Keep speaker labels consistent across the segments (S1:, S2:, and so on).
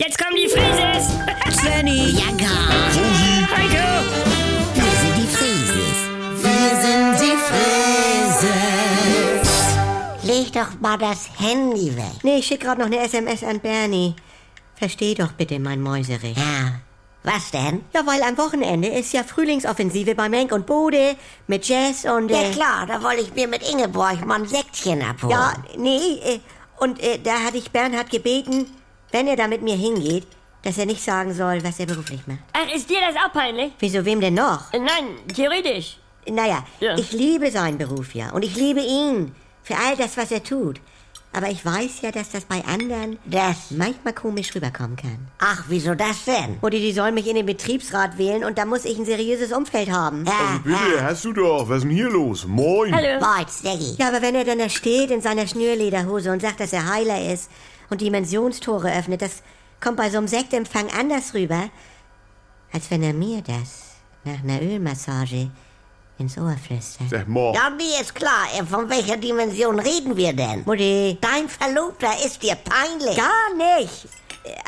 S1: Jetzt kommen die Frises!
S2: Svenny.
S3: Ja, gar.
S1: Heiko!
S3: Wir sind die Frieses. Wir sind die Frieses. Leg doch mal das Handy weg.
S2: Nee, ich schick gerade noch eine SMS an Bernie. Versteh doch bitte mein Mäuserich.
S3: Ja, was denn?
S2: Ja, weil am Wochenende ist ja Frühlingsoffensive bei Menk und Bode mit Jazz und...
S3: Ja
S2: äh,
S3: klar, da wollte ich mir mit Ingeborg mal ein Säckchen abholen.
S2: Ja, nee, äh, und äh, da hatte ich Bernhard gebeten, wenn er da mit mir hingeht, dass er nicht sagen soll, was er beruflich macht.
S1: Ach, ist dir das auch peinlich?
S2: Wieso, wem denn noch?
S1: Äh, Nein, theoretisch.
S2: Naja,
S1: Ja.
S2: ich liebe seinen Beruf ja und ich liebe ihn für all das, was er tut. Aber ich weiß ja, dass das bei anderen
S3: Das.
S2: manchmal komisch rüberkommen kann.
S3: Ach, wieso das denn?
S2: Oder die sollen mich in den Betriebsrat wählen und da muss ich ein seriöses Umfeld haben.
S3: Ja,
S4: Also bitte, hast du doch. Was ist denn hier los? Moin.
S1: Hallo.
S3: Moin, Steggy.
S2: Ja, aber wenn er dann da steht in seiner Schnürlederhose und sagt, dass er Heiler ist und Dimensionstore öffnet, das kommt bei so einem Sektempfang anders rüber, als wenn er mir das nach einer Ölmassage ins Ohr flüstert.
S4: Sag mal.
S3: Ja, mir ist klar, äh, von welcher Dimension reden wir denn?
S2: Mutti,
S3: Dein Verlobter ist dir peinlich. Äh,
S2: gar nicht!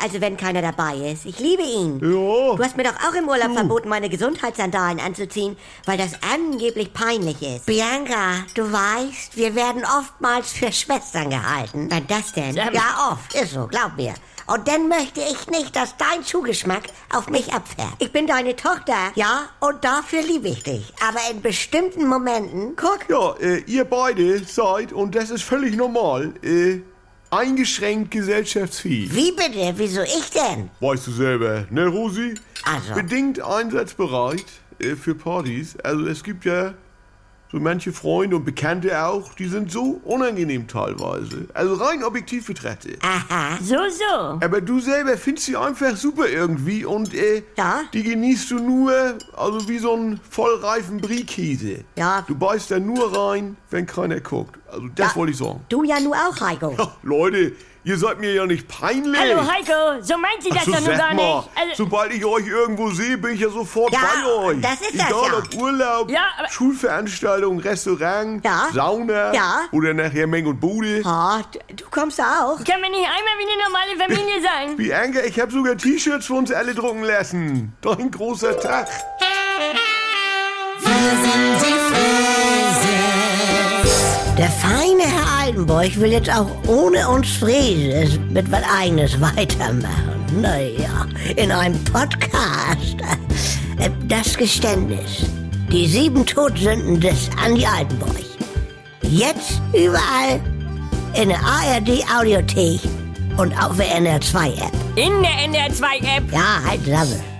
S2: Also wenn keiner dabei ist. Ich liebe ihn.
S4: Ja.
S2: Du hast mir doch auch im Urlaub verboten, meine Gesundheitssandalen anzuziehen, weil das angeblich peinlich ist.
S3: Bianca, du weißt, wir werden oftmals für Schwestern gehalten.
S2: Wann das denn?
S1: Sag-
S3: Ja, oft. Ist so, glaub mir. Und dann möchte ich nicht, dass dein Schuhgeschmack auf mich abfährt.
S2: Ich bin deine Tochter.
S3: Ja, und dafür liebe ich dich. Aber in bestimmten Momenten... Guck.
S4: Ja, äh, ihr beide seid, und das ist völlig normal, äh, eingeschränkt gesellschaftsfähig.
S3: Wie bitte? Wieso ich denn?
S4: Weißt du selber, ne, Rosi?
S3: Also.
S4: Bedingt einsatzbereit äh, für Partys. Also es gibt ja so manche Freunde und Bekannte auch, die sind so unangenehm teilweise. Also rein objektiv betrachtet.
S3: Aha.
S1: So, so.
S4: Aber du selber findest sie einfach super irgendwie und äh,
S2: Ja.
S4: die genießt du nur, also wie so ein vollreifen Brie-Käse.
S2: Ja.
S4: Du beißt da nur rein, wenn keiner guckt. Also das
S2: Ja.
S4: wollte ich sagen.
S2: Du ja nur auch, Heiko.
S4: Ach, Leute, ihr seid mir ja nicht peinlich.
S1: Hallo, Heiko. So meint sie das
S4: Also
S1: doch nun
S4: sag
S1: gar
S4: mal,
S1: nicht. Also,
S4: sobald ich euch irgendwo sehe, bin ich ja sofort
S3: Ja,
S4: bei euch.
S3: das ist das
S4: Egal
S3: ja.
S4: ob Urlaub,
S1: Ja, aber-
S4: Schulveranstaltung, Restaurant,
S2: Ja.
S4: Sauna
S2: Ja.
S4: oder nachher Meng und Bude.
S3: Oh,
S2: Ah, du, du kommst auch.
S1: können wir nicht einmal wie eine normale Familie sein?
S4: Bianca, ich habe sogar T-Shirts für uns alle drucken lassen. Doch ein großer Tag.
S3: Der feine Herr Altenburg will jetzt auch ohne uns Frieses mit was Eigenes weitermachen. Naja, in einem Podcast. Äh, Das Geständnis. Die sieben Todsünden des Andi Altenburg. Jetzt überall in der ARD-Audiothek und auf der NR2-App.
S1: In der NDR 2 App.
S3: Ja, halt Sammel.